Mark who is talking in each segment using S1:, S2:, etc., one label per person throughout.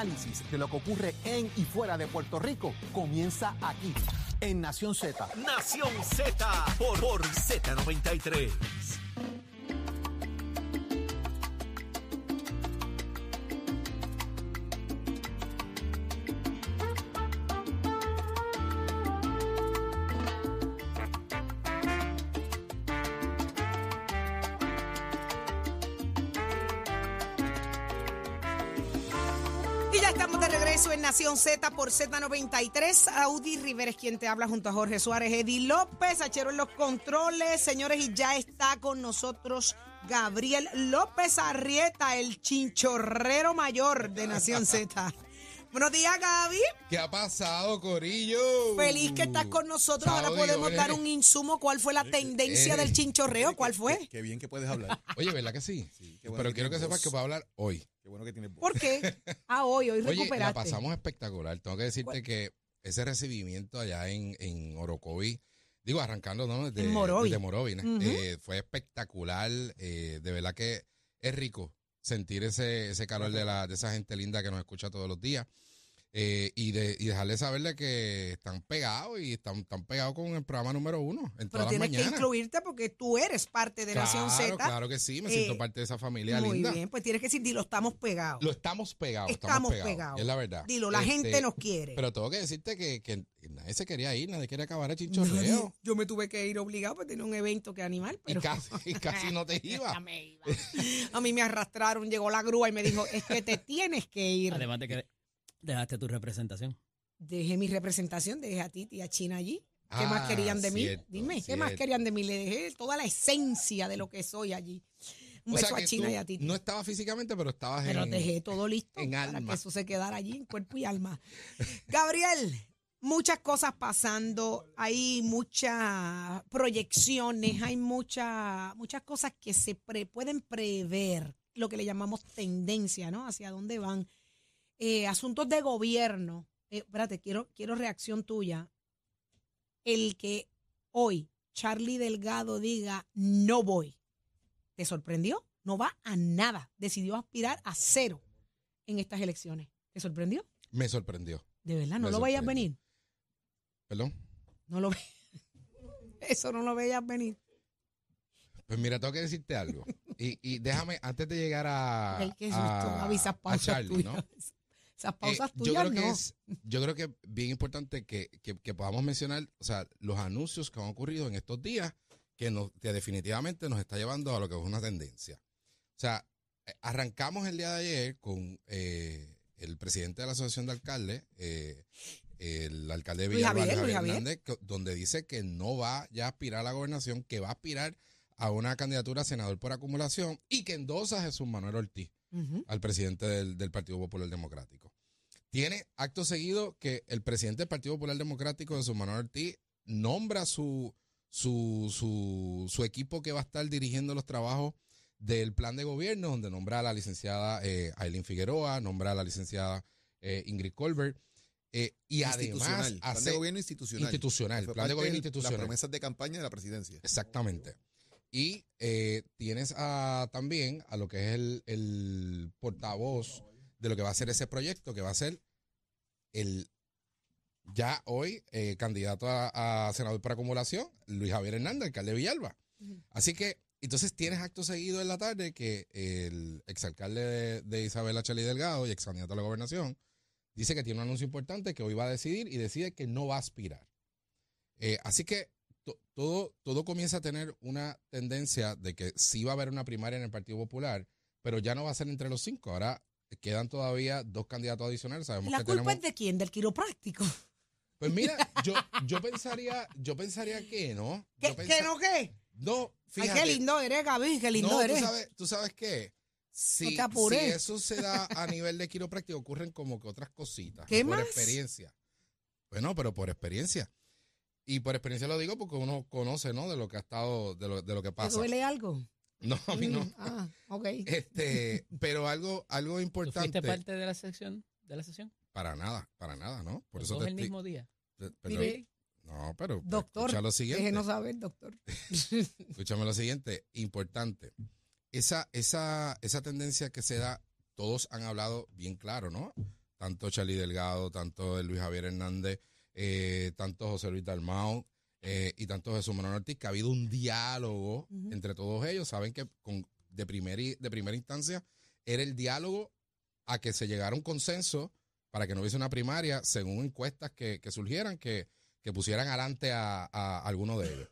S1: análisis de lo que ocurre en y fuera de Puerto Rico comienza aquí, en Nación Z.
S2: Nación Z por, por Z93.
S3: Y ya estamos de regreso en Nación Z por Z93. Audi Rivera es quien te habla junto a Jorge Suárez, Eddie López, Achero en los controles. Señores, y ya está con nosotros Gabriel López Arrieta, el chinchorrero mayor de Nación Z. Buenos días, Gaby.
S4: ¿Qué ha pasado, Corillo?
S3: Feliz que estás con nosotros. Ahora
S4: Saudi,
S3: podemos
S4: oye,
S3: dar un insumo. ¿Cuál fue la tendencia
S4: eh,
S3: del chinchorreo? ¿Cuál fue?
S5: Qué bien que puedes hablar.
S4: Oye, ¿verdad que sí?
S5: Sí, qué bueno
S4: Pero quiero que
S5: tienes
S4: sepas que
S5: voz.
S4: va a hablar hoy.
S5: Qué bueno que tienes voz.
S3: ¿Por qué? Ah, hoy, hoy
S4: Oye, la
S3: recuperaste.
S4: pasamos espectacular. Tengo que decirte
S3: Bueno.
S4: que ese recibimiento allá en, en Orocovi, digo, arrancando, ¿no? Desde
S3: En Morovi.
S4: desde Morovina,
S3: Ujú.
S4: eh, fue espectacular. eh, de verdad que es rico sentir ese, ese calor de, la, de esa gente linda que nos escucha todos los días. eh, y, de, y dejarle saberle que están pegados y están, están pegados con el programa número uno
S3: Pero
S4: en todas las
S3: tienes que
S4: mañanas.
S3: incluirte porque tú eres parte de Nación Z.
S4: claro, claro que sí, me siento
S3: Eh,
S4: parte de esa familia
S3: Muy
S4: linda.
S3: bien, pues tienes que decir, dilo, estamos pegados.
S4: Lo estamos pegados,
S3: Estamos
S4: estamos, pegados,
S3: pegados.
S4: Es la verdad.
S3: Dilo, la
S4: Este,
S3: gente nos quiere.
S4: Pero tengo que decirte que, que nadie se quería ir, nadie quería acabar el
S3: Nadie-
S4: chinchorreo.
S3: yo me tuve que ir obligado porque tenía un evento que animar,
S4: Y
S3: pero
S4: casi, y casi no te
S3: Ya
S4: iba.
S3: me iba. a mí me arrastraron, llegó la grúa y me dijo, es que te tienes que ir.
S6: Además de que dejaste tu representación.
S3: Dejé mi representación, dejé a Titi y a China allí. ¿Qué más
S4: Ah,
S3: querían de mí?
S4: cierto,
S3: Dime, ¿qué más
S4: cierto.
S3: querían de mí? Le dejé toda la esencia de lo que soy allí. Un
S4: O
S3: beso
S4: sea
S3: a
S4: que
S3: China
S4: tú
S3: y a Titi.
S4: No estaba físicamente, pero estabas
S3: Pero
S4: en...
S3: dejé todo listo
S4: en
S3: para
S4: alma.
S3: que eso se quedara allí en cuerpo y alma. Gabriel, muchas cosas pasando, hay muchas proyecciones, hay mucha- muchas cosas que se pre- pueden prever, lo que le llamamos tendencia, ¿no? Hacia dónde van. Eh, asuntos de gobierno. Eh, espérate, quiero, quiero reacción tuya. El que hoy Charlie Delgado diga no voy. ¿Te sorprendió? No va a nada. Decidió aspirar a cero en estas elecciones. ¿Te sorprendió?
S4: Me sorprendió.
S3: De verdad, no
S4: Me
S3: lo veías
S4: sorprendió.
S3: venir.
S4: Perdón.
S3: No lo ve- Eso no lo veías venir.
S4: Pues mira, tengo que decirte algo. Y, y déjame, antes de llegar a...
S3: Ay, qué susto,
S4: a-
S3: Gaby, esas
S4: a
S3: pausas
S4: Charlie,
S3: tuyas.
S4: ¿no?
S3: Esas
S4: Eh,
S3: pausas
S4: yo
S3: tuyas
S4: creo que
S3: no.
S4: es yo creo que es bien importante que, que- que podamos mencionar o sea los anuncios que han ocurrido en estos días que nos que definitivamente nos está llevando a lo que es una tendencia o sea eh, arrancamos el día de ayer con eh, el presidente de la asociación de alcaldes eh, el alcalde de
S3: Luis
S4: Villalba,
S3: Javier, Luis Javier.
S4: Hernández que- donde dice que no va ya a aspirar a la gobernación que va a aspirar a una candidatura a senador por acumulación y que endosa a Jesús Manuel Ortiz
S3: Ujú.
S4: al presidente del, del Partido Popular Democrático. Tiene acto seguido que el presidente del Partido Popular Democrático, Jesús Manuel Ortiz, nombra su, su, su, su equipo que va a estar dirigiendo los trabajos del plan de gobierno, donde nombra a la licenciada eh, Aileen Figueroa, nombra a la licenciada eh, Ingrid Colbert, eh, y además
S5: Institucional, plan de
S4: hace
S5: gobierno institucional.
S4: institucional,
S5: Fue
S4: plan de
S5: parte
S4: gobierno
S5: del- Las
S4: institucional.
S5: promesas de campaña de la presidencia.
S4: Exactamente. Y eh, tienes a, también a lo que es el, el portavoz de lo que va a ser ese proyecto, que va a ser el ya hoy eh, candidato a, a senador por acumulación, Luis Javier Hernández, alcalde de Villalba.
S3: Ujú.
S4: Así que, entonces tienes acto seguido en la tarde que el exalcalde de, de Isabela Chely Delgado y ex candidato a la gobernación dice que tiene un anuncio importante que hoy va a decidir y decide que no va a aspirar. Eh, así que to- todo, todo comienza a tener una tendencia de que sí va a haber una primaria en el Partido Popular, pero ya no va a ser entre los cinco. Ahora quedan todavía dos candidatos adicionales. Sabemos
S3: ¿La
S4: que
S3: culpa
S4: tenemos.
S3: es de quién? ¿Del quiropráctico?
S4: Pues mira, yo, yo pensaría, yo pensaría que no.
S3: ¿Qué,
S4: Yo
S3: qué
S4: pensa-
S3: no qué?
S4: No,
S3: Ay,
S4: fíjate.
S3: qué lindo eres, Gaby, qué lindo
S4: no,
S3: eres.
S4: Tú sabes, tú sabes qué. Si,
S3: te apures.
S4: si eso se da a nivel de quiropráctico, ocurren como que otras cositas.
S3: ¿Qué
S4: por
S3: más?
S4: experiencia. Bueno, pero por experiencia. Y por experiencia lo digo porque uno conoce, ¿no? De lo que ha estado, de lo, de lo que
S3: ¿Te
S4: pasa.
S3: duele algo?
S4: No, a mí no.
S3: Mm, Ah, ok.
S4: Este, pero algo, algo
S6: ¿Tú fuiste
S4: importante.
S6: parte de la sección? ¿De la sesión?
S4: Para nada, para nada, ¿no? Por
S6: Los
S4: eso
S6: dos
S4: te
S6: el
S4: estoy-
S6: mismo día.
S4: te-
S3: Mire,
S4: pero- no, pero pues,
S3: Doctor,
S4: escucha lo siguiente.
S3: déjenos saber, doctor.
S4: Escúchame lo siguiente, importante. Esa, esa, esa tendencia que se da, todos han hablado bien claro, ¿no? tanto Charlie Delgado, tanto el Luis Javier Hernández, eh, tanto José Luis Dalmau eh, y tanto Jesús Manuel Ortiz, que ha habido un diálogo
S3: Ujú.
S4: entre todos ellos. Saben que con- de, primer i- de primera instancia era el diálogo a que se llegara un consenso para que no hubiese una primaria según encuestas que, que surgieran que, que pusieran adelante a, a alguno de ellos.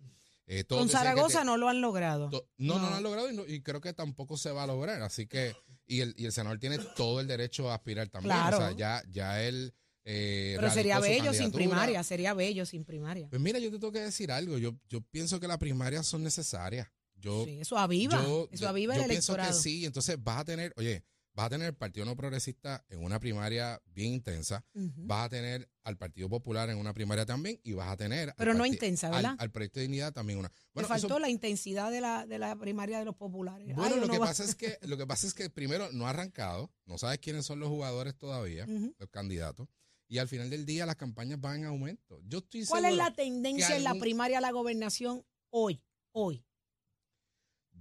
S4: Eh, todos
S3: Con
S4: decían que
S3: Zaragoza
S4: te-
S3: no lo han logrado.
S4: to- No, no,
S3: No.
S4: lo han logrado y, no- y creo que tampoco se va a lograr. Así que, y el, y el senador tiene todo el derecho a aspirar también.
S3: Claro.
S4: O sea, ya, ya él. eh,
S3: Pero sería
S4: radicó su
S3: bello sin
S4: candidatura.
S3: primaria, sería bello sin primaria.
S4: Pues mira, yo te tengo que decir algo. Yo, yo pienso que las primarias son necesarias. Yo,
S3: Sí, eso aviva,
S4: yo,
S3: eso aviva el
S4: yo pienso
S3: electorado.
S4: que sí. Entonces vas a tener, oye, vas a tener el Partido No Progresista en una primaria bien intensa.
S3: Ujú.
S4: Vas a tener al Partido Popular en una primaria también y vas a tener. al
S3: Pero no
S4: parti-
S3: intensa,
S4: al-
S3: ¿verdad?
S4: Al, Proyecto de Dignidad también una.
S3: Le faltó
S4: eso-
S3: la intensidad de la, de la primaria de los populares.
S4: bueno,
S3: Ay,
S4: lo
S3: uno
S4: que
S3: va-
S4: pasa es que lo que pasa es que primero no ha arrancado, no sabes quiénes son los jugadores todavía,
S3: Ujú.
S4: los candidatos, y al final del día las campañas van en aumento. Yo estoy
S3: ¿Cuál es
S4: seguro-
S3: la tendencia en la
S4: algún-
S3: primaria a la gobernación hoy? Hoy.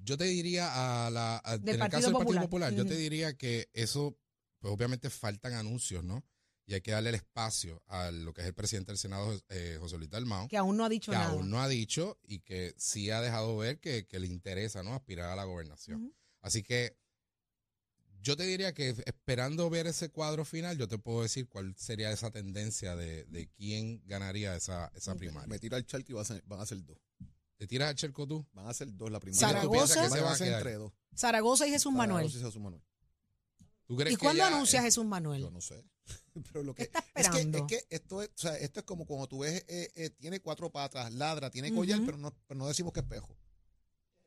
S4: yo te diría a la a- en
S3: Del
S4: el
S3: Partido
S4: caso del Partido
S3: Popular.
S4: Popular, yo te
S3: Ujú.
S4: diría que eso pues obviamente faltan anuncios, ¿no? Y hay que darle el espacio a lo que es el presidente del Senado eh, José Luis Dalmau,
S3: Que aún no ha dicho
S4: que
S3: nada.
S4: aún no ha dicho y que sí ha dejado ver que, que le interesa no aspirar a la gobernación.
S3: Ujú.
S4: Así que yo te diría que esperando ver ese cuadro final, yo te puedo decir cuál sería esa tendencia de, de quién ganaría esa, esa
S3: Ok.
S4: primaria.
S5: Me tira el charco y va a ser- van a ser dos.
S4: ¿Te tiras al Cherco tú?
S5: Van a ser dos la primaria.
S3: Zaragoza.
S5: ¿Tú piensas
S4: se
S5: que van
S4: va
S5: a
S4: a
S5: ser
S4: quedar?
S5: entre dos.
S3: Zaragoza y Jesús Manuel.
S5: Zaragoza y Jesús Manuel.
S4: ¿Tú crees
S3: ¿Y
S4: que
S3: cuándo
S4: ya-
S3: anuncia
S4: eh,
S3: Jesús Manuel?
S5: Yo no sé. Pero lo
S3: ¿Qué
S5: que
S3: está
S5: es que,
S3: esperando?
S5: es que esto es, o sea, esto es como cuando tú ves, eh, eh, tiene cuatro patas, ladra, tiene
S3: Ujú.
S5: collar, pero, no, pero no decimos que espejo.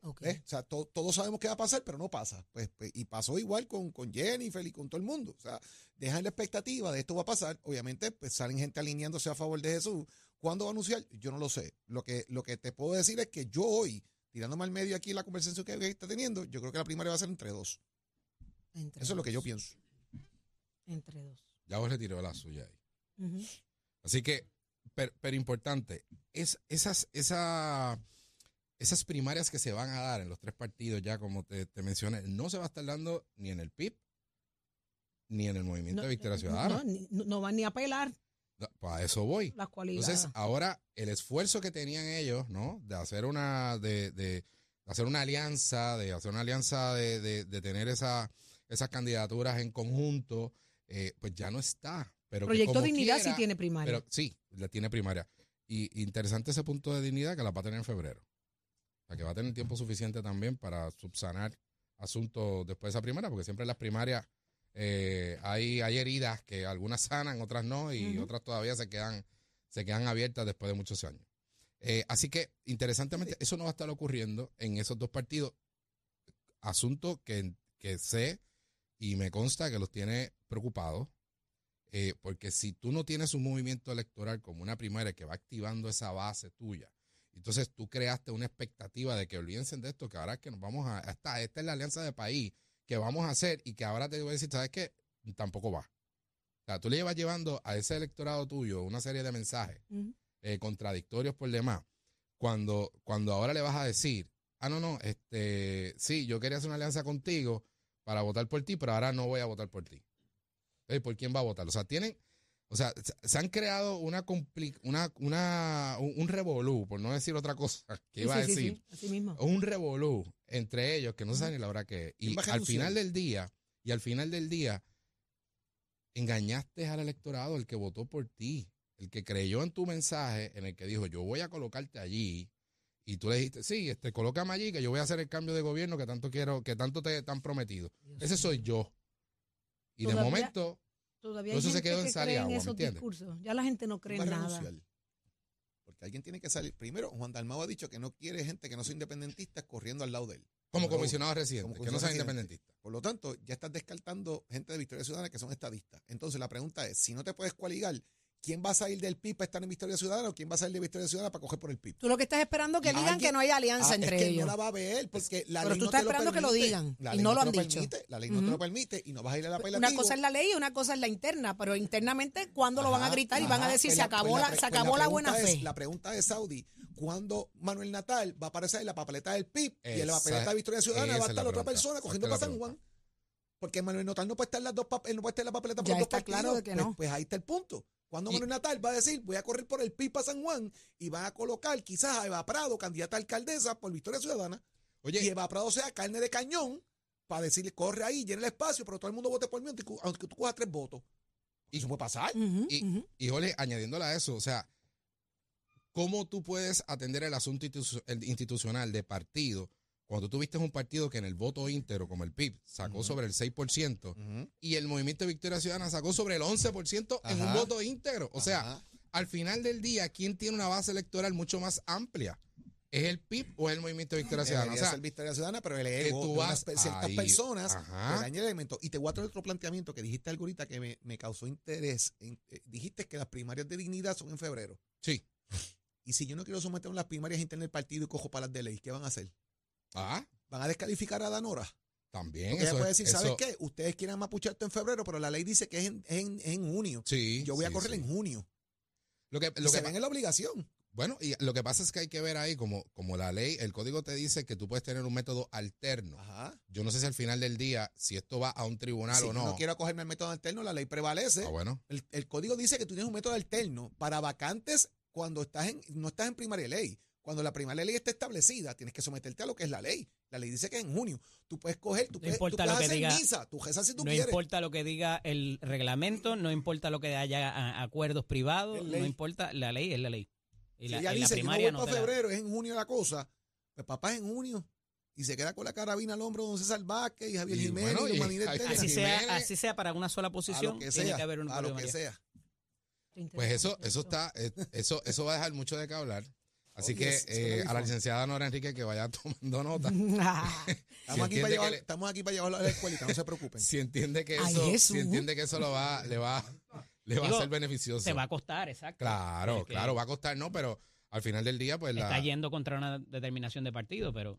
S3: Ok.
S4: ¿eh?
S5: ¿ves? ¿Eh? O sea, to- todos sabemos que va a pasar, pero no pasa. Pues, pues, y pasó igual con, con Jennifer y con todo el mundo. O sea, dejan la expectativa de esto va a pasar. Obviamente, pues salen gente alineándose a favor de Jesús. ¿Cuándo va a anunciar? Yo no lo sé. Lo que, lo que te puedo decir es que yo hoy, tirándome al medio aquí la conversación que que está teniendo, yo creo que la primaria va a ser entre dos.
S3: Entre
S5: Eso es lo que yo
S3: dos,
S5: pienso.
S3: Entre dos.
S4: Ya vos retiró la suya ahí.
S3: Ujú.
S4: Así que, pero, pero importante, es, esas, esa, esas primarias que se van a dar en los tres partidos, ya como te, te mencioné, no se va a estar dando ni en el PIB, ni en el Movimiento
S3: No,
S4: de Victoria
S3: no,
S4: Ciudadana.
S3: no, ni- no- no van ni a pelar
S4: No, para eso voy.
S3: las cualidades.
S4: Entonces, ah, ahora el esfuerzo que tenían ellos, ¿no? De hacer una, de, de hacer una alianza, de hacer una alianza de, de- de tener esa, esas candidaturas en conjunto, eh, pues ya no está. Pero que
S3: Proyecto
S4: como
S3: Dignidad
S4: quiera,
S3: sí tiene primaria.
S4: pero sí, la tiene primaria. Y interesante ese punto de dignidad que la va a tener en febrero. O sea, que va a tener tiempo suficiente también para subsanar asuntos después de esa primaria, porque siempre en las primarias eh, hay, hay heridas que algunas sanan, otras no, y
S3: Ujú.
S4: otras todavía se quedan, se quedan abiertas después de muchos años. Eh, así que, interesantemente, eso no va a estar ocurriendo en esos dos partidos. Asunto que, que sé y me consta que los tiene preocupados, eh, porque si tú no tienes un movimiento electoral como una primaria que va activando esa base tuya, entonces tú creaste una expectativa de que olvídense de esto, que ahora es que nos vamos a... Esta, esta es la alianza de país que vamos a hacer y que ahora te voy a decir, ¿sabes qué? Tampoco va. O sea, tú le llevas llevando a ese electorado tuyo una serie de mensajes
S3: Ujú.
S4: eh, contradictorios por demás, cuando, cuando ahora le vas a decir, ah, no, no, este, sí, yo quería hacer una alianza contigo para votar por ti, pero ahora no voy a votar por ti. Entonces, ¿Por quién va a votar? O sea, tienen, o sea, se- se han creado una, compli- una, una un, un revolú, por no decir otra cosa que
S3: Sí,
S4: iba a
S3: sí, sí,
S4: decir Oh,
S3: sí, así mismo.
S4: un revolú entre ellos que no saben ni la hora que es.
S5: ¿Quién
S4: Y
S5: va a
S4: al
S5: renunciar?
S4: final del día, y al final del día, engañaste al electorado, el que votó por ti, el que creyó en tu mensaje, en el que dijo, yo voy a colocarte allí. Y tú le dijiste, sí, este, colócame allí, que yo voy a hacer el cambio de gobierno que tanto quiero, que tanto te han prometido.
S3: Dios
S4: Ese
S3: mío.
S4: soy yo. Y de
S3: Todavía-
S4: momento,
S3: Todavía hay
S4: Pero eso se
S3: gente
S4: quedó en
S3: que
S4: sal y
S3: cree en
S4: agua, ¿me
S3: esos
S4: entiendes?
S3: discursos. Ya la gente no cree
S5: va a
S3: en nada.
S5: renunciar. Porque alguien tiene que salir. Primero, Juan Dalmau ha dicho que no quiere gente que no sea independentista corriendo al lado de él.
S4: como
S5: Número uno.
S4: comisionado residente,
S5: Como
S4: que no
S5: comisionado
S4: sea
S5: residente.
S4: independentista.
S5: Por lo tanto, ya estás descartando gente de Victoria Ciudadana que son estadistas. Entonces, la pregunta es, si no te puedes cualigar, ¿quién va a salir del PIB para estar en Victoria Ciudadana o quién va a salir de Victoria Ciudadana para coger por el PIB?
S3: Tú lo que estás esperando que
S5: Y
S3: digan
S5: alguien-
S3: que no hay
S5: Ah,
S3: alianza
S5: es
S3: entre
S5: que
S3: ellos.
S5: no la va a ver porque la
S3: Pero
S5: ley
S3: tú
S5: no
S3: estás
S5: te lo
S3: esperando que lo
S5: permite.
S3: digan,
S5: La
S3: y
S5: ley
S3: no lo
S5: te
S3: han dicho.
S5: permite, la ley no te
S3: Ujú.
S5: lo permite y no vas a ir al apelativo.
S3: Una cosa es la ley y una cosa es la interna, pero internamente, ¿cuándo lo van a
S5: Ajá,
S3: gritar y van a
S5: ajá,
S3: decir
S5: pues
S3: se
S5: la-
S3: acabó
S5: pues
S3: la,
S5: pre-
S3: se
S5: pues la
S3: acabó la buena
S5: pregunta es-
S3: fe?
S5: la pregunta de Saudi, ¿cuándo Manuel Natal va a aparecer en la papeleta del PIB y en la
S4: Esa-
S5: papeleta de Victoria
S4: esa
S5: Ciudadana va
S4: es
S5: a
S4: la
S5: estar otra
S4: pregunta,
S5: persona
S4: esa
S5: cogiendo
S4: es la
S5: para San
S4: pregunta.
S5: Juan? Porque Manuel Natal no puede estar en las dos pap- él no puede estar en la papeleta por
S3: Ya
S5: los dos
S3: está
S5: partidos.
S3: claro que
S5: pues,
S3: no.
S5: pues ahí está el punto. Cuando
S4: Y-
S5: Manuel Natal va a decir, voy a correr por el PIB para San Juan y van a colocar quizás a Eva Prado, candidata a alcaldesa por Victoria Ciudadana,
S4: Oye,
S5: y Eva Prado sea carne de cañón para decirle, corre ahí, llena el espacio, pero todo el mundo vote por mí, aunque tú- aunque tú cojas tres votos. Y eso puede pasar.
S3: Ujú,
S4: Y-
S3: ujú.
S4: Y Jorge, añadiéndole a eso, o sea, ¿cómo tú puedes atender el asunto institu- el institucional de partido cuando tú viste un partido que en el voto íntero, como el PIB, sacó
S5: Ujú.
S4: sobre el 6%
S5: Ujú.
S4: y el Movimiento de Victoria Ciudadana sacó sobre el 11% en un
S5: Ajá.
S4: voto íntegro? O sea,
S5: Ajá.
S4: al final del día, ¿quién tiene una base electoral mucho más amplia? ¿Es el PIB o es el Movimiento de Victoria Ciudadana? O
S5: Debería
S4: sea,
S5: ser Victoria Ciudadana, pero el
S4: que
S5: ego
S4: tú
S5: de
S4: vas
S5: unas pe- ciertas
S4: ahí.
S5: personas
S4: Ajá.
S5: te daña el elemento. Y te voy a traer otro planteamiento que dijiste algo ahorita que me, me causó interés. En- eh, dijiste que las primarias de dignidad son en febrero.
S4: sí.
S5: Y si yo no quiero someter las primarias internas del partido y cojo para las de ley, ¿qué van a hacer?
S4: Ah,
S5: ¿Van a descalificar a Danora?
S4: también.
S5: Porque ella
S4: eso
S5: puede
S4: es-
S5: decir, ¿sabes
S4: eso-
S5: qué? Ustedes quieren mapuchar esto en febrero, pero la ley dice que es en, es en- es en junio.
S4: Sí.
S5: Yo voy a
S4: sí,
S5: correr
S4: sí.
S5: en junio.
S4: Lo que,
S5: Y
S4: lo
S5: se
S4: que
S5: ven en la obligación.
S4: Bueno, y lo que pasa es que hay que ver ahí, como, como la ley, el código te dice que tú puedes tener un método alterno.
S5: Ajá.
S4: Yo no sé si al final del día, si esto va a un tribunal
S5: si
S4: o
S5: yo
S4: no.
S5: no quiero acogerme al método alterno, la ley prevalece.
S4: Ah, bueno.
S5: El, el código dice que tú tienes un método alterno para vacantes cuando estás en, no estás en primaria ley. Cuando la primaria ley está establecida, tienes que someterte a lo que es la ley. La ley dice que es en junio. Tú puedes coger, tú, puedes, tú
S6: importa
S5: puedes
S6: lo que
S5: hacer
S6: diga,
S5: misa, tú rezas si tú
S6: no
S5: quieres.
S6: importa lo que diga el reglamento, no importa lo que haya a- acuerdos privados,
S5: Es ley.
S6: no importa, la ley es la ley. Y
S5: Si
S6: la,
S5: ella
S6: en la
S5: dice que no
S6: primaria
S5: voy
S6: no,
S5: para
S6: te la-
S5: febrero, es en junio la cosa. Pues papá es en junio. Y se queda con la carabina al hombro don César Vázquez y Javier
S4: Y
S5: Jiménez
S4: bueno,
S5: y
S4: y-
S5: Humanidad
S4: ay,
S5: Eterna.
S4: Fernández
S6: así,
S4: Jiménez.
S6: sea, así sea para una sola
S5: a lo
S6: posición,
S5: que
S6: tiene
S5: sea,
S6: que haber una
S5: a lo que
S6: problemática.
S5: sea.
S4: Pues eso, eso está, eh, eso, eso va a dejar mucho de qué hablar. Así
S5: Oye,
S4: que
S5: eso suena
S4: eh,
S5: bien
S4: a la
S5: fun.
S4: licenciada Nora Enrique que vaya tomando
S3: Mm.
S4: nota.
S5: Estamos,
S4: entiende
S5: aquí para
S4: que
S5: llevar,
S4: le-
S5: estamos aquí para llevarlo a la escuelita, no se preocupen.
S4: Si entiende que
S3: Ay,
S4: eso,
S3: Jesús.
S4: si entiende que eso lo va, le va, le va
S6: Digo,
S4: a ser beneficioso.
S6: Se va a costar, exacto.
S4: Claro,
S6: Porque
S4: claro, va a costar, no, pero al final del día, pues
S6: Está
S4: la.
S6: yendo contra una determinación de partido, pero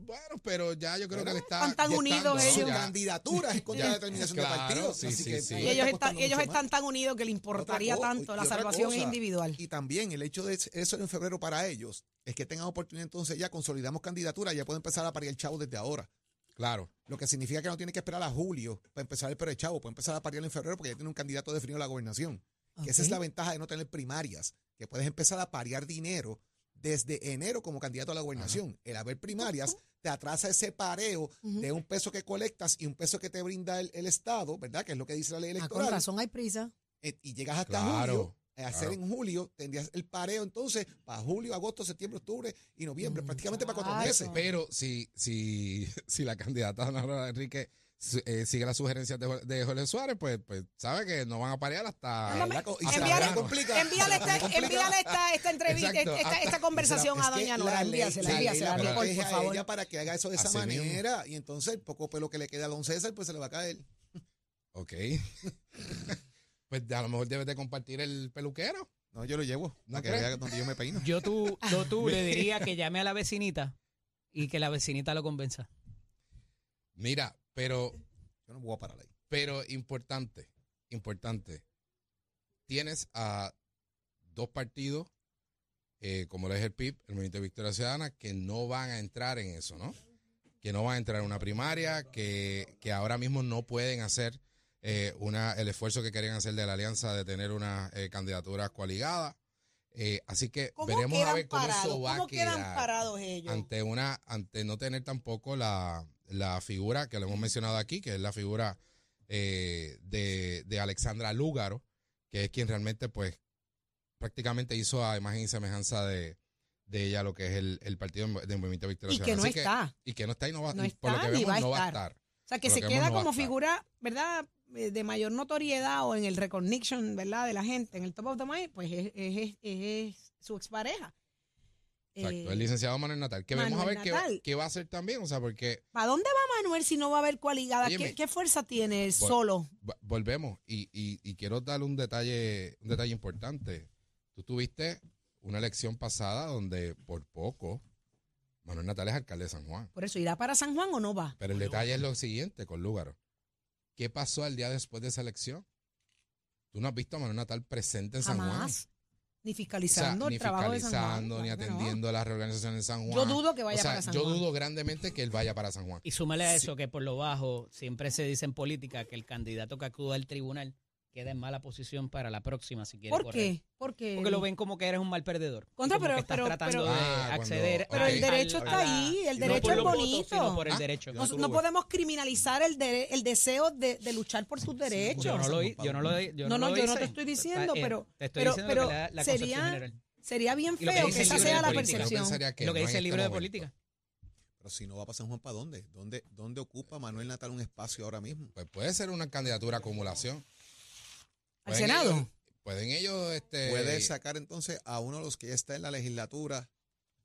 S4: Bueno, pero ya yo creo que le está.
S3: Están tan
S4: ya
S3: unidos
S4: dando,
S5: Su
S3: ellos.
S4: Ya-
S5: candidatura es contra
S4: Ya,
S5: la determinación
S4: claro,
S5: de partidos.
S4: sí,
S5: así
S4: sí,
S5: que
S4: sí.
S5: no
S3: Y
S5: le
S3: ellos,
S5: está
S3: están,
S5: costando
S3: ellos
S5: mucho más.
S3: están tan unidos que le importaría
S5: cosa,
S3: tanto.
S5: y
S3: La
S5: otra
S3: salvación es
S5: cosa.
S3: individual.
S5: Y también el hecho de eso en febrero para ellos es que tengan oportunidad, entonces ya consolidamos candidatura, ya pueden empezar a parir el chavo desde ahora.
S4: Claro.
S5: Lo que significa que no tienen que esperar a julio para empezar el pero el chavo, puede empezar a parir en febrero porque ya tiene un candidato definido en la gobernación. Que esa es
S3: Ok.
S5: la ventaja de no tener primarias, que puedes empezar a parear dinero desde enero como candidato a la gobernación. El haber primarias te atrasa ese pareo
S3: Ujú.
S5: de un peso que colectas y un peso que te brinda el, el Estado, ¿verdad? Que es lo que dice la ley
S3: Ah, con
S5: electoral.
S3: razón hay prisa.
S5: Eh, y llegas hasta
S4: Claro,
S5: julio, eh, hacer
S4: claro.
S5: en julio, tendrías el pareo entonces para julio, agosto, septiembre, octubre y
S3: Mm,
S5: noviembre, prácticamente para cuatro
S3: Muchacho.
S5: meses.
S4: Pero si, si, si la candidata Nora Enrique su- eh, sigue las sugerencias de, Jo- de Jorge Suárez, pues, pues sabe que no van a parear hasta.
S5: Ahí la co- y se la
S3: Ah, envíale-
S5: pone complicada.
S3: Envíale
S5: Se la
S3: esta,
S5: pone complicada.
S3: envíale esta, esta entrevista,
S4: Exacto.
S3: esta, esta conversación
S5: Ah, Es
S3: a
S5: que
S3: doña
S5: la
S3: Nora.
S5: ley-
S3: Envíasela,
S5: la ley
S3: envíasela,
S5: la
S4: Nicole,
S3: Nicole,
S5: protege
S3: por
S5: a
S3: favor.
S5: ella para que haga eso de esa
S4: Así mismo.
S5: manera y entonces el poco pelo que le queda a don César pues se le va a caer.
S4: Ok. pues a lo mejor debes de compartir el peluquero.
S5: No, yo lo llevo,
S4: ¿No
S5: para que
S4: crees?
S5: vea donde yo me peino.
S6: yo tú, yo tú le diría que llame a la vecinita y que la vecinita lo convenza.
S4: Mira, pero,
S5: Yo no voy a parar ahí.
S4: pero importante, importante. Tienes a dos partidos, eh, como lo es el PIB, el Movimiento de Victoria Ciudadana, que no van a entrar en eso, ¿no? Que no van a entrar en una primaria, que, que ahora mismo no pueden hacer eh, una, el esfuerzo que querían hacer de la alianza de tener unas eh, candidaturas coaligadas. Eh, así que
S3: ¿Cómo
S4: veremos a
S3: quedan
S4: ver cómo
S3: parados?
S4: eso va
S3: ¿Cómo
S4: a
S3: quedan
S4: quedar.
S3: parados ellos?
S4: ante una ante no tener tampoco la, la figura que lo hemos mencionado aquí, que es la figura eh, de, de Alexandra Lúgaro, que es quien realmente pues prácticamente hizo a imagen y semejanza de, de ella lo que es el, el partido del Movimiento Victoria
S3: y que no
S4: Ciudadana. Así
S3: está.
S4: y que no está y no va,
S3: No
S4: por lo
S3: está
S4: que
S3: ni
S4: vemos
S3: va a
S4: no va a
S3: estar.
S4: estar.
S3: O sea, que
S4: por lo
S3: se
S4: que vemos,
S3: queda
S4: no va a
S3: como
S4: estar.
S3: figura, ¿verdad? Eh, De mayor notoriedad o en el recognition, ¿verdad? De la gente, en el top of the mind, pues es, es- es- es su expareja.
S4: Exacto,
S3: Eh,
S4: el licenciado Manuel Natal, que vemos a
S3: Manuel
S4: ver qué,
S3: Natal.
S4: va- qué va a hacer también, o sea, porque
S3: ¿Para dónde va Manuel si no va a haber coaligada?
S4: Óyeme.
S3: ¿Qué, qué fuerza tiene él
S4: Bueno.
S3: solo?
S4: vo- volvemos y, y- y quiero darle un detalle, un detalle importante. Tú tuviste una elección pasada donde por poco Manuel Natal es alcalde de San Juan.
S3: Por eso, ¿irá para San Juan o no va?
S4: Pero el detalle es lo siguiente con Lúgaro. ¿Qué pasó al día después de esa elección? Tú no has visto a Manuel Natal presente en San Juan.
S3: Jamás. ni
S4: O sea,
S3: fiscalizando
S4: ni
S3: el trabajo de San Juan.
S4: fiscalizando, ni
S3: claro que no.
S4: atendiendo a la reorganización en San Juan.
S3: Yo dudo que vaya
S4: o sea,
S3: para San
S4: yo
S3: Juan.
S4: dudo grandemente que él vaya para San Juan.
S6: Y súmale a eso que por lo bajo siempre se dice en política que el candidato que acuda al tribunal queda en mala posición para la próxima si quiere
S3: ¿Por
S6: correr.
S3: qué? Porque,
S6: Porque lo ven como que eres un mal perdedor. y
S3: Contra,
S6: como
S3: pero-
S6: que estás
S3: pero-
S6: tratando
S3: pero-
S6: de
S4: Ah, cuando-
S6: acceder.
S4: Pero el
S3: derecho
S6: a
S3: está ahí, el
S6: no
S3: derecho
S6: por
S3: es
S6: los votos,
S3: bonito.
S6: sino por el
S4: Ah,
S6: derecho.
S3: no, no podemos criminalizar el, de- el deseo de, de luchar por sus derechos.
S6: Yo no lo hi- yo no lo hi- yo
S3: No,
S6: no,
S3: no,
S6: lo
S3: yo no
S6: hice.
S3: te estoy
S6: Está-
S3: diciendo,
S6: eh,
S3: pero-
S6: te estoy
S3: pero-
S6: diciendo
S3: pero
S6: que la, la
S3: sería-
S6: concepción general.
S3: Sería bien
S6: Y lo que
S3: feo
S6: dice
S3: que
S6: el
S3: esa
S6: libro
S3: sea
S6: de
S3: la
S6: política, yo
S3: percepción.
S4: pensaría que
S6: Lo que
S4: no en
S6: dice el
S4: este
S6: libro de
S4: momento.
S6: política.
S5: Pero si no va para San Juan, ¿para dónde? ¿Dónde, dónde ocupa Manuel Natal un espacio ahora mismo?
S4: Pues puede ser una candidatura a acumulación.
S3: ¿Al
S4: Pueden
S3: Senado?
S4: ellos- pueden ellos, este.
S5: Puede sacar entonces a uno de los que ya está en la legislatura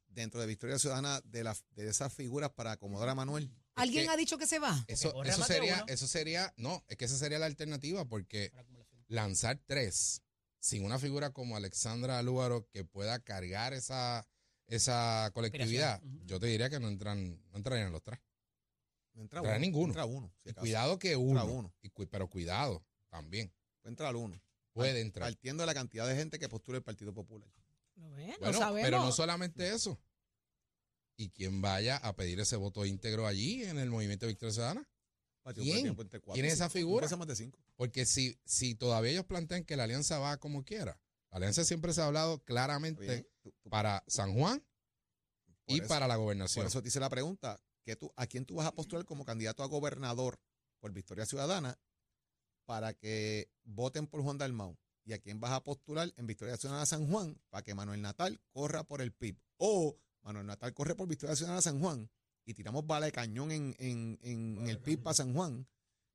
S5: dentro de Victoria Ciudadana de, la, de esas figuras para acomodar a Manuel.
S3: ¿Alguien
S4: que-
S3: ha dicho que se va?
S4: Eso,
S6: corra
S4: eso
S6: más de
S4: sería,
S6: uno.
S4: eso sería, no, es que esa sería la alternativa porque
S6: para acumulación.
S4: lanzar tres sin una figura como Alexandra Lúgaro que pueda cargar esa, esa colectividad,
S6: Aspiración, ujú.
S4: yo te diría que no entran, no entrarían los tres.
S5: No entra
S4: Trae
S5: uno,
S4: ninguno.
S5: Entra uno. si
S4: Y
S5: acaso.
S4: cuidado que uno,
S5: uno.
S4: y cu- pero cuidado también,
S5: Entra al uno.
S4: puede entrar.
S5: Partiendo de la cantidad de gente que postula el Partido Popular.
S3: ¿Lo ven?
S4: Bueno,
S3: no sabemos.
S4: pero no solamente eso. Y quien vaya a pedir ese voto íntegro allí en el movimiento Victoria Ciudadana,
S5: Partido
S4: ¿Quién?
S5: Popular tiene entre cuatro
S4: ¿Quién
S5: y
S4: es esa
S5: cinco. No
S4: figura?
S5: pasa más de cinco.
S4: porque si, si todavía ellos plantean que la alianza va como quiera, la alianza siempre se ha hablado
S5: Está
S4: claramente
S5: bien. Tú- tú-
S4: para San Juan
S5: por
S4: y
S5: eso-
S4: para la gobernación.
S5: Por eso te hice la pregunta, que tú, ¿a quién tú vas a postular como candidato a gobernador por Victoria Ciudadana para que voten por Juan Dalmau? ¿Y a quién vas a postular en Victoria Ciudadana San Juan para que Manuel Natal corra por el PIB? O Manuel Natal corre por Victoria Ciudadana San Juan y tiramos bala de cañón en, en- en- en el PIB para San Juan.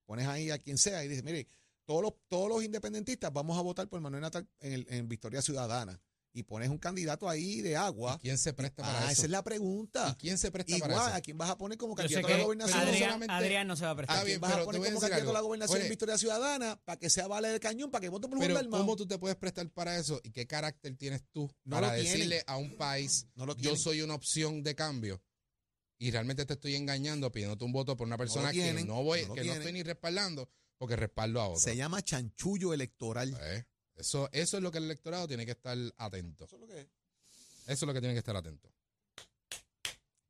S5: Pones ahí a quien sea y dices, mire, todos los, todos los independentistas vamos a votar por Manuel Natal en, el- en Victoria Ciudadana. Y pones un candidato ahí de
S4: ¿Y
S5: agua.
S4: ¿Quién se presta para
S5: Ah,
S4: eso?
S5: esa es la pregunta.
S4: ¿Y quién se presta
S5: Igual,
S4: para
S5: ¿a
S4: eso?
S5: quién vas a poner como
S6: Yo sé
S5: candidato a la
S6: que
S5: gobernación?
S4: Adrián-
S5: ¿A
S6: Adrián,
S4: solamente-
S6: Adrián no se va a prestar.
S4: Está
S5: quién
S4: bien,
S5: vas a
S4: pero te
S5: poner
S4: voy a
S5: como
S4: decir
S5: candidato a la
S4: algo.
S5: gobernación
S4: Oye.
S5: en Victoria Ciudadana para que sea bala del cañón, para que vote por Juan
S4: Pero
S5: Dalmau?
S4: ¿cómo tú te puedes prestar para eso? ¿Y qué carácter tienes tú
S5: No
S4: para
S5: lo tienen.
S4: decirle a un país,
S5: No lo
S4: yo
S5: tienen.
S4: soy una opción de cambio? Y realmente te estoy engañando pidiéndote un voto por una persona que
S5: tienen,
S4: no voy,
S5: no lo
S4: que no
S5: tienen.
S4: estoy ni respaldando, porque respaldo a otro.
S5: Se llama chanchullo electoral.
S4: Eh, Eso, eso es lo que el electorado tiene que estar atento.
S5: Eso es lo que es.
S4: Eso es lo que tiene que estar atento.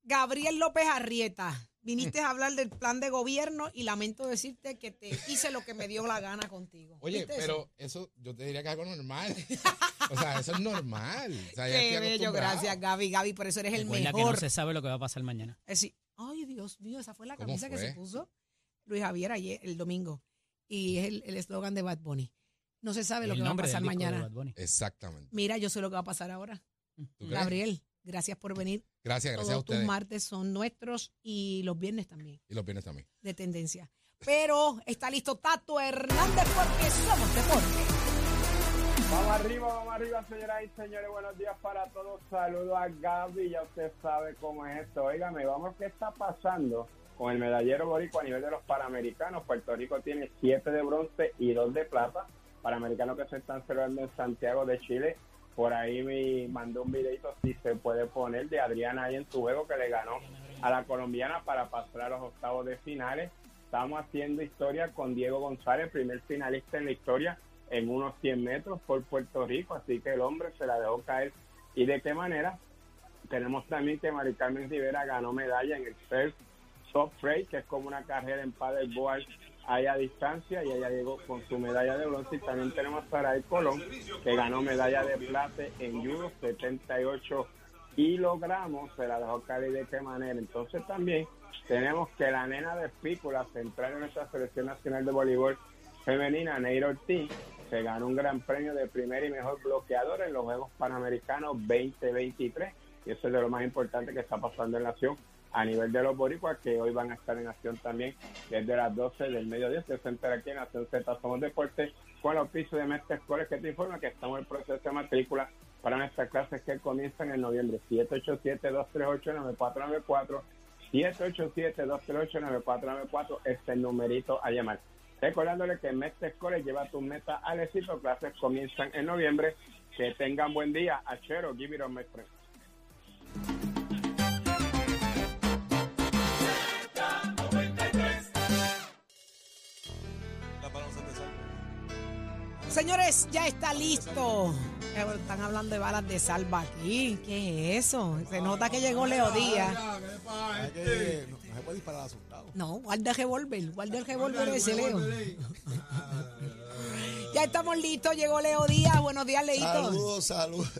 S3: Gabriel López Arrieta, viniste a hablar del plan de gobierno y lamento decirte que te hice lo que me dio la gana contigo.
S4: Oye,
S3: ¿Viste eso?
S4: pero eso yo te diría que es algo normal. o sea, eso es normal. O sea, ya
S3: Qué
S4: estoy
S3: bello,
S4: acostumbrado.
S3: gracias Gaby, Gaby, por eso eres el
S6: Recuerda que
S3: mejor.
S6: no se sabe lo que va a pasar mañana.
S3: Eh, sí. Ay, Dios mío, esa fue la
S4: ¿Cómo
S3: camisa que
S4: fue?
S3: se puso Luis Javier ayer, el domingo. Y es el el eslogan de Bad Bunny. No se sabe lo
S6: El
S3: que va a
S6: nombre del
S3: pasar
S6: disco de
S3: mañana.
S6: Bad Bunny.
S4: Exactamente.
S3: Mira, yo sé lo que va a pasar ahora.
S4: ¿Tú crees?
S3: Gabriel, gracias por venir.
S4: Gracias, gracias a
S3: Todos tus
S4: ustedes.
S3: martes son nuestros y los viernes también,
S4: Y los viernes también.
S3: de tendencia. Pero está listo Tato Hernández porque somos deporte.
S7: Vamos arriba, vamos arriba, señoras y señores. Buenos días para todos. Saludo a Gaby. Ya usted sabe cómo es esto. Óigame, vamos, ¿qué está pasando con el medallero boricua a nivel de los Panamericanos? Puerto Rico tiene siete de bronce y dos de plata. Panamericanos que se están celebrando en Santiago de Chile. Por ahí me mandó un videito, si se puede poner, de Adriana ahí en su juego que le ganó a la colombiana para pasar a los octavos de finales. Estamos haciendo historia con Diego González, primer finalista en la historia en unos 100 metros por Puerto Rico, así que el hombre se la dejó caer. ¿Y de qué manera? Tenemos también que Mari Carmen Rivera ganó medalla en el surf soft freight, que es como una carrera en paddleboard ahí a distancia, y ella llegó con su medalla de bronce. Y también tenemos a Saray Colón, que ganó medalla de plata en judo, 78 kilogramos, se la dejó caer y de qué manera. Entonces también tenemos que la nena de Pico, la central de nuestra selección nacional de voleibol, femenina, Neira Ortiz, se ganó un gran premio de primer y mejor bloqueador en los Juegos Panamericanos 2023. Y eso es de lo más importante que está pasando en la acción a nivel de los boricuas, que hoy van a estar en acción también desde las 12 del mediodía. Se centra aquí en Acción Z Somos Deporte con el oficio de Mestre Escoles que te informa que estamos en el proceso de matrícula para nuestras clases que comienzan en noviembre. 787-238-9494. 787-238-9494 es el este numerito a llamar. Recordándole que Mestre College lleva tus metas al éxito. Clases comienzan en noviembre. Que tengan buen día. Achero, give it up, my friend.
S5: La palabra se empezó.
S3: Señores, ya está listo. Eh, bueno, Están hablando de balas de salva aquí. ¿Qué es eso? Se nota que llegó Leo Díaz.
S5: Hay que- No, no se puede disparar asustado.
S3: No, guarda el revólver, guarda el revólver ese, Leo. ya estamos listos, llegó Leo Díaz. Buenos días, Leito.
S8: Saludos, saludos.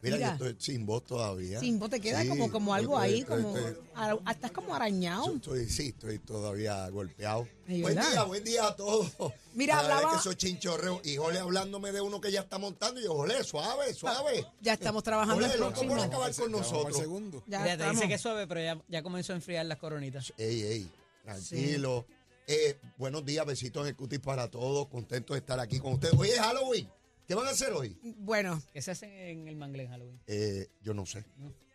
S8: Mira,
S3: Mira.
S8: yo estoy sin voz todavía.
S3: Sin vos te queda
S8: Sí,
S3: como, como algo
S8: estoy-
S3: ahí,
S8: estoy-
S3: como.
S8: estoy-
S3: ara- Estás como arañado.
S8: yo estoy- sí, estoy todavía golpeado.
S3: Ay,
S8: buen
S3: ¿verdad?
S8: día, buen día a todos.
S3: Mira,
S8: Cada vez
S3: hablaba-
S8: que esos chinchorreos y Jole hablándome de uno que ya está montando. Y yo, Jole, suave, suave.
S3: Ya estamos trabajando
S8: Jole,
S3: el
S8: loco
S3: próximo.
S8: por acabar
S5: Vamos
S8: con
S5: para el
S8: nosotros.
S5: segundo.
S3: Ya
S6: Mira, te
S3: estamos.
S6: dice que es suave, pero ya, ya comenzó a enfriar las coronitas.
S8: Ey, ey, tranquilo. Eh, buenos días, besitos en el cutis para todos. Contento de estar aquí con ustedes. Hoy es Halloween. ¿Qué van a hacer hoy?
S3: Bueno,
S6: ¿Qué se hace en el mangle en Halloween?
S8: Eh, yo no sé.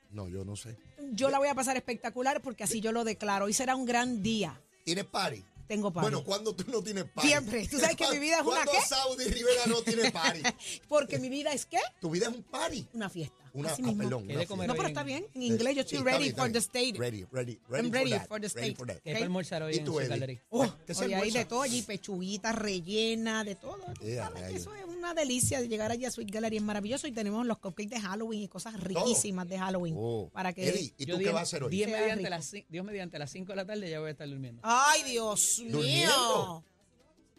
S8: No, yo no sé.
S3: yo la voy a pasar espectacular porque así yo lo declaro. Hoy será un gran día.
S8: ¿Tienes party?
S3: Tengo party.
S8: Bueno, cuando tú no tienes party?
S3: Siempre. Tú sabes que mi vida es una,
S8: ¿Cuándo
S3: ¿qué?
S8: Saudi Rivera no tiene party?
S3: Porque mi vida es qué?
S8: tu vida es un party.
S3: Una fiesta.
S8: Una,
S3: Así
S8: ah,
S3: mismo.
S8: perdón,
S6: ¿Qué
S8: una
S6: de comer
S3: No,
S8: fiesta.
S3: pero está bien. En inglés yo
S8: Eh, Sí,
S3: estoy
S8: está
S3: ready
S8: bien,
S3: for the
S8: está bien.
S3: state.
S8: Ready, ready, ready,
S3: I'm ready
S8: that,
S3: for the
S8: ready
S3: state.
S8: for that.
S6: ¿Qué va a
S3: Ok.
S6: almorzar hoy
S8: ¿Y
S6: en
S8: tú,
S6: su
S8: Eddie?
S6: galería?
S3: Oh,
S8: ¿Qué se
S3: oye, hay
S8: almuerza?
S3: de todo allí, pechuguita rellena, de todo. Tú
S8: Ya,
S3: sabes que
S8: Eh, rayos.
S3: eso es una delicia de llegar allí a Sweet Gallery, es maravilloso. Y tenemos los cupcakes de Halloween y cosas riquísimas de Halloween.
S8: Oh.
S3: Para que.
S8: Eddie, ¿y tú
S6: Yo
S8: qué
S6: diez-
S8: vas a hacer hoy?
S6: diez
S3: Sea
S6: mediante
S3: rico.
S6: las cin- Dios mediante las 5 de la tarde ya voy a estar durmiendo.
S3: ¡Ay, Dios mío!
S8: ¿Durmiendo?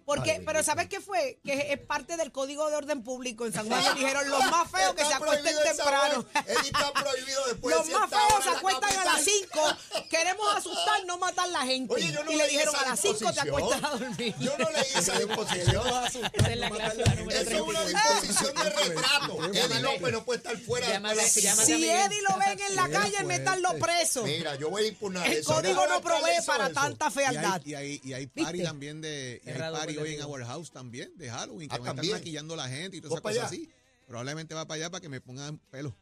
S3: Porque,
S8: Ay,
S3: pero
S8: Dios.
S3: ¿sabes qué fue? Que es parte del código de orden público. En San Juan le dijeron los más feos que
S8: Está
S3: se acuesten
S8: prohibido el
S3: temprano.
S8: sabor. Eddie está prohibido después
S3: Los
S8: de
S3: más
S8: cierta hora
S3: feos
S8: en
S3: se
S8: la
S3: acuestan a
S8: capital.
S3: las 5. Queremos asustar, no matar la gente.
S8: Oye, yo no
S3: y le
S8: leí
S3: dijeron
S8: esa
S3: a las 5 te
S8: disposición.
S3: acuestas a dormir.
S8: Yo no leí esa disposición.
S6: Esa es la clase la número
S8: Eso es una
S6: 32.
S8: disposición de retrato. Eddie López no puede estar fuera después de las
S6: Llámale-
S8: cinco.
S6: llámale-
S3: Si Eddie lo ven en la calle, metanlo preso.
S8: Mira, yo voy a impugnar
S3: El
S8: eso.
S3: código no
S8: Déjame
S3: provee
S8: darle
S3: para
S8: eso.
S3: tanta
S5: Y hay,
S3: fealdad.
S5: y hay, y hay party
S3: ¿Viste?
S5: también de. y hay
S6: Cerrado,
S5: party hoy en
S6: puerta
S5: Our House también, de Halloween, que
S8: Ah,
S5: me están
S8: también.
S5: maquillando la gente y todas
S8: Voy
S5: esas
S8: pa'
S5: cosas
S8: allá.
S5: así. Probablemente va para allá para que me pongan pelo.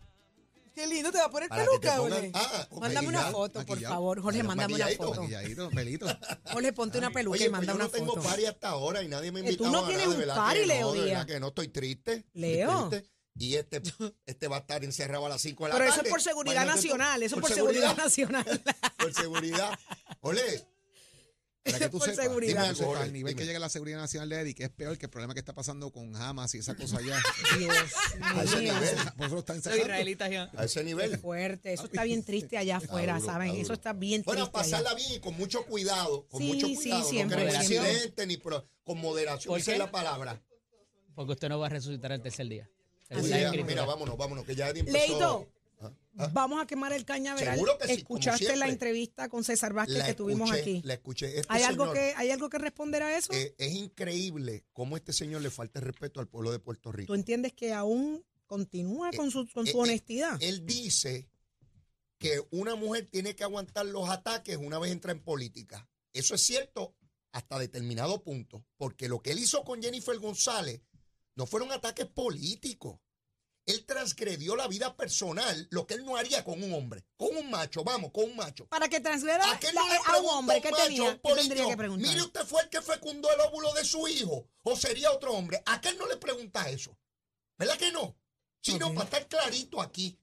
S3: Qué lindo te va a poner
S8: Para que te
S3: peluca,
S8: pongan-
S3: Jorge.
S8: ah, ok,
S3: mándame una
S8: ya,
S3: foto, por
S5: maquillado.
S3: favor. Jorge,
S8: Pero
S3: mándame una
S8: maquilladito,
S3: foto.
S5: Maquilladito, pelito.
S3: Jorge, ponte una peluca
S8: Oye,
S3: y manda
S8: pues yo
S3: una
S8: no tengo
S3: foto.
S8: party hasta ahora y nadie me ha
S3: Que tú
S8: invitado
S3: no
S8: a
S3: tienes
S8: nada,
S3: un
S8: de verdad
S3: party,
S8: que no,
S3: Leo
S8: de verdad
S3: Díaz.
S8: que no estoy triste. estoy
S3: Leo.
S8: triste. Y este, este va a estar encerrado a las 5 de la
S3: Pero
S8: tarde.
S3: eso es por seguridad
S8: Imagínate tú,
S3: nacional. Eso es por seguridad nacional.
S8: Por seguridad. Ole,
S5: Para que tú
S3: Por
S5: sepas,
S3: seguridad.
S5: dime algo,
S8: Jorge,
S5: al nivel
S8: dime.
S5: que llega la seguridad nacional de Eddie, que es peor que el problema que está pasando con Hamas y esa cosa allá.
S8: a ese nivel,
S5: Por eso lo están
S6: Los
S5: sacando.
S6: israelitas ya.
S8: a ese
S3: Qué
S8: nivel.
S3: fuerte. Eso está bien triste allá afuera,
S8: duro,
S3: ¿saben?
S8: está
S3: Eso
S8: duro.
S3: está bien triste.
S8: Bueno,
S3: allá.
S8: pasarla bien y con mucho cuidado. Con
S3: Sí,
S8: mucho
S3: sí,
S8: cuidado.
S3: siempre,
S8: no queremos
S6: siempre.
S8: accidentes ni pro- con moderación.
S6: ¿Por
S8: Esa
S6: qué?
S8: es la palabra.
S6: Porque usted no va a resucitar al tercer día. Según
S8: Sí,
S6: la
S8: ya,
S6: escritura.
S8: mira, vámonos, vámonos, que ya Eddie empezó.
S3: Leito,
S8: Ah, ah,
S3: vamos a quemar el cañaveral.
S8: Seguro que sí, como
S3: Escuchaste la
S8: siempre.
S3: entrevista con César Vázquez que tuvimos
S8: escuché,
S3: aquí.
S8: La escuché. Este
S3: ¿Hay algo,
S8: señor,
S3: que, ¿Hay algo que responder a eso?
S8: eh, es increíble cómo este señor le falta el respeto al pueblo de Puerto Rico.
S3: ¿Tú entiendes que aún continúa
S8: Eh,
S3: con su, con su
S8: eh, eh,
S3: honestidad?
S8: Él dice que una mujer tiene que aguantar los ataques una vez entra en política. Eso es cierto hasta determinado punto, porque lo que él hizo con Jennifer González no fueron ataques políticos. Él transgredió la vida personal, lo que él no haría con un hombre, con un macho, vamos, con un macho.
S3: Para que transfiera
S8: ¿A qué no le
S3: eh, a un hombre que
S8: preguntó
S3: tenía,
S8: macho,
S3: ¿qué tendría
S8: político?
S3: que preguntar.
S8: Mire, usted fue el que fecundó el óvulo de su hijo, o sería otro hombre. ¿A qué no le pregunta eso? ¿Verdad que no? Sino
S3: Ok.
S8: para estar clarito aquí.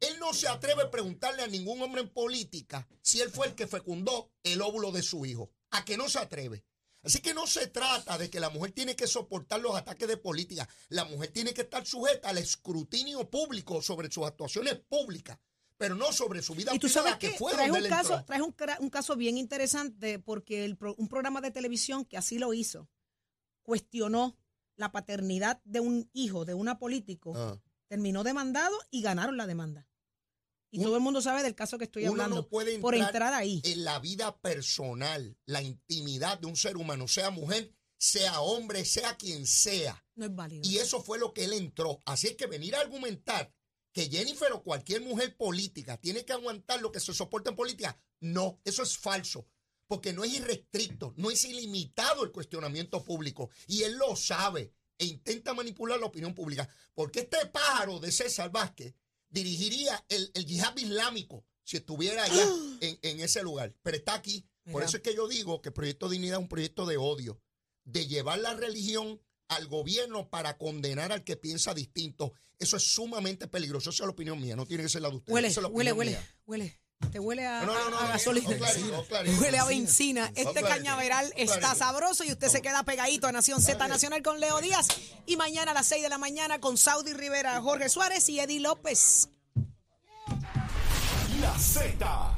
S8: Él no se atreve a preguntarle a ningún hombre en política si él fue el que fecundó el óvulo de su hijo. ¿A qué no se atreve? Así que no se trata de que la mujer tiene que soportar los ataques de política. La mujer tiene que estar sujeta al escrutinio público sobre sus actuaciones públicas, pero no sobre su vida
S3: y tú
S8: privada,
S3: sabes que,
S8: que fue
S3: traes,
S8: donde
S3: un
S8: él
S3: caso,
S8: entró.
S3: traes un, cra- un caso bien interesante porque el pro- un programa de televisión que así lo hizo cuestionó la paternidad de un hijo, de una político,
S8: Ah.
S3: terminó demandado y ganaron la demanda. Y
S8: Un-
S3: todo el mundo sabe del caso que estoy
S8: Uno
S3: hablando.
S8: no puede entrar
S3: por entrar ahí.
S8: en la vida personal, la intimidad de un ser humano, sea mujer, sea hombre, sea quien sea.
S3: no es válido.
S8: Y eso fue lo que él entró. Así es que venir a argumentar que Jennifer o cualquier mujer política tiene que aguantar lo que se soporta en política, no, eso es falso. Porque no es irrestricto, no es ilimitado el cuestionamiento público. Y él lo sabe e intenta manipular la opinión pública. Porque este pájaro de César Vázquez dirigiría el, el yihad islámico si estuviera allá en, en ese lugar. Pero está aquí. Por
S3: Mira.
S8: eso es que yo digo que Proyecto Dignidad es un proyecto de odio, de llevar la religión al gobierno para condenar al que piensa distinto. Eso es sumamente peligroso. Esa es la opinión mía, no tiene que ser la de ustedes.
S3: huele,
S8: Esa es la
S3: huele,
S8: opinión
S3: huele,
S8: mía.
S3: huele. Te huele a,
S8: No, no,
S3: a-
S8: no,
S3: a
S8: no,
S3: gasolina.
S8: no, clarito, no, clarito.
S3: Te Huele a
S8: Clarito.
S3: benzina. Este
S8: clarito,
S3: cañaveral
S8: clarito.
S3: está sabroso y usted se queda pegadito a Nación Z Nacional con Leo Díaz. Y mañana a las 6 de la mañana con Saudi Rivera, Jorge Suárez y Eddie López.
S2: La Z.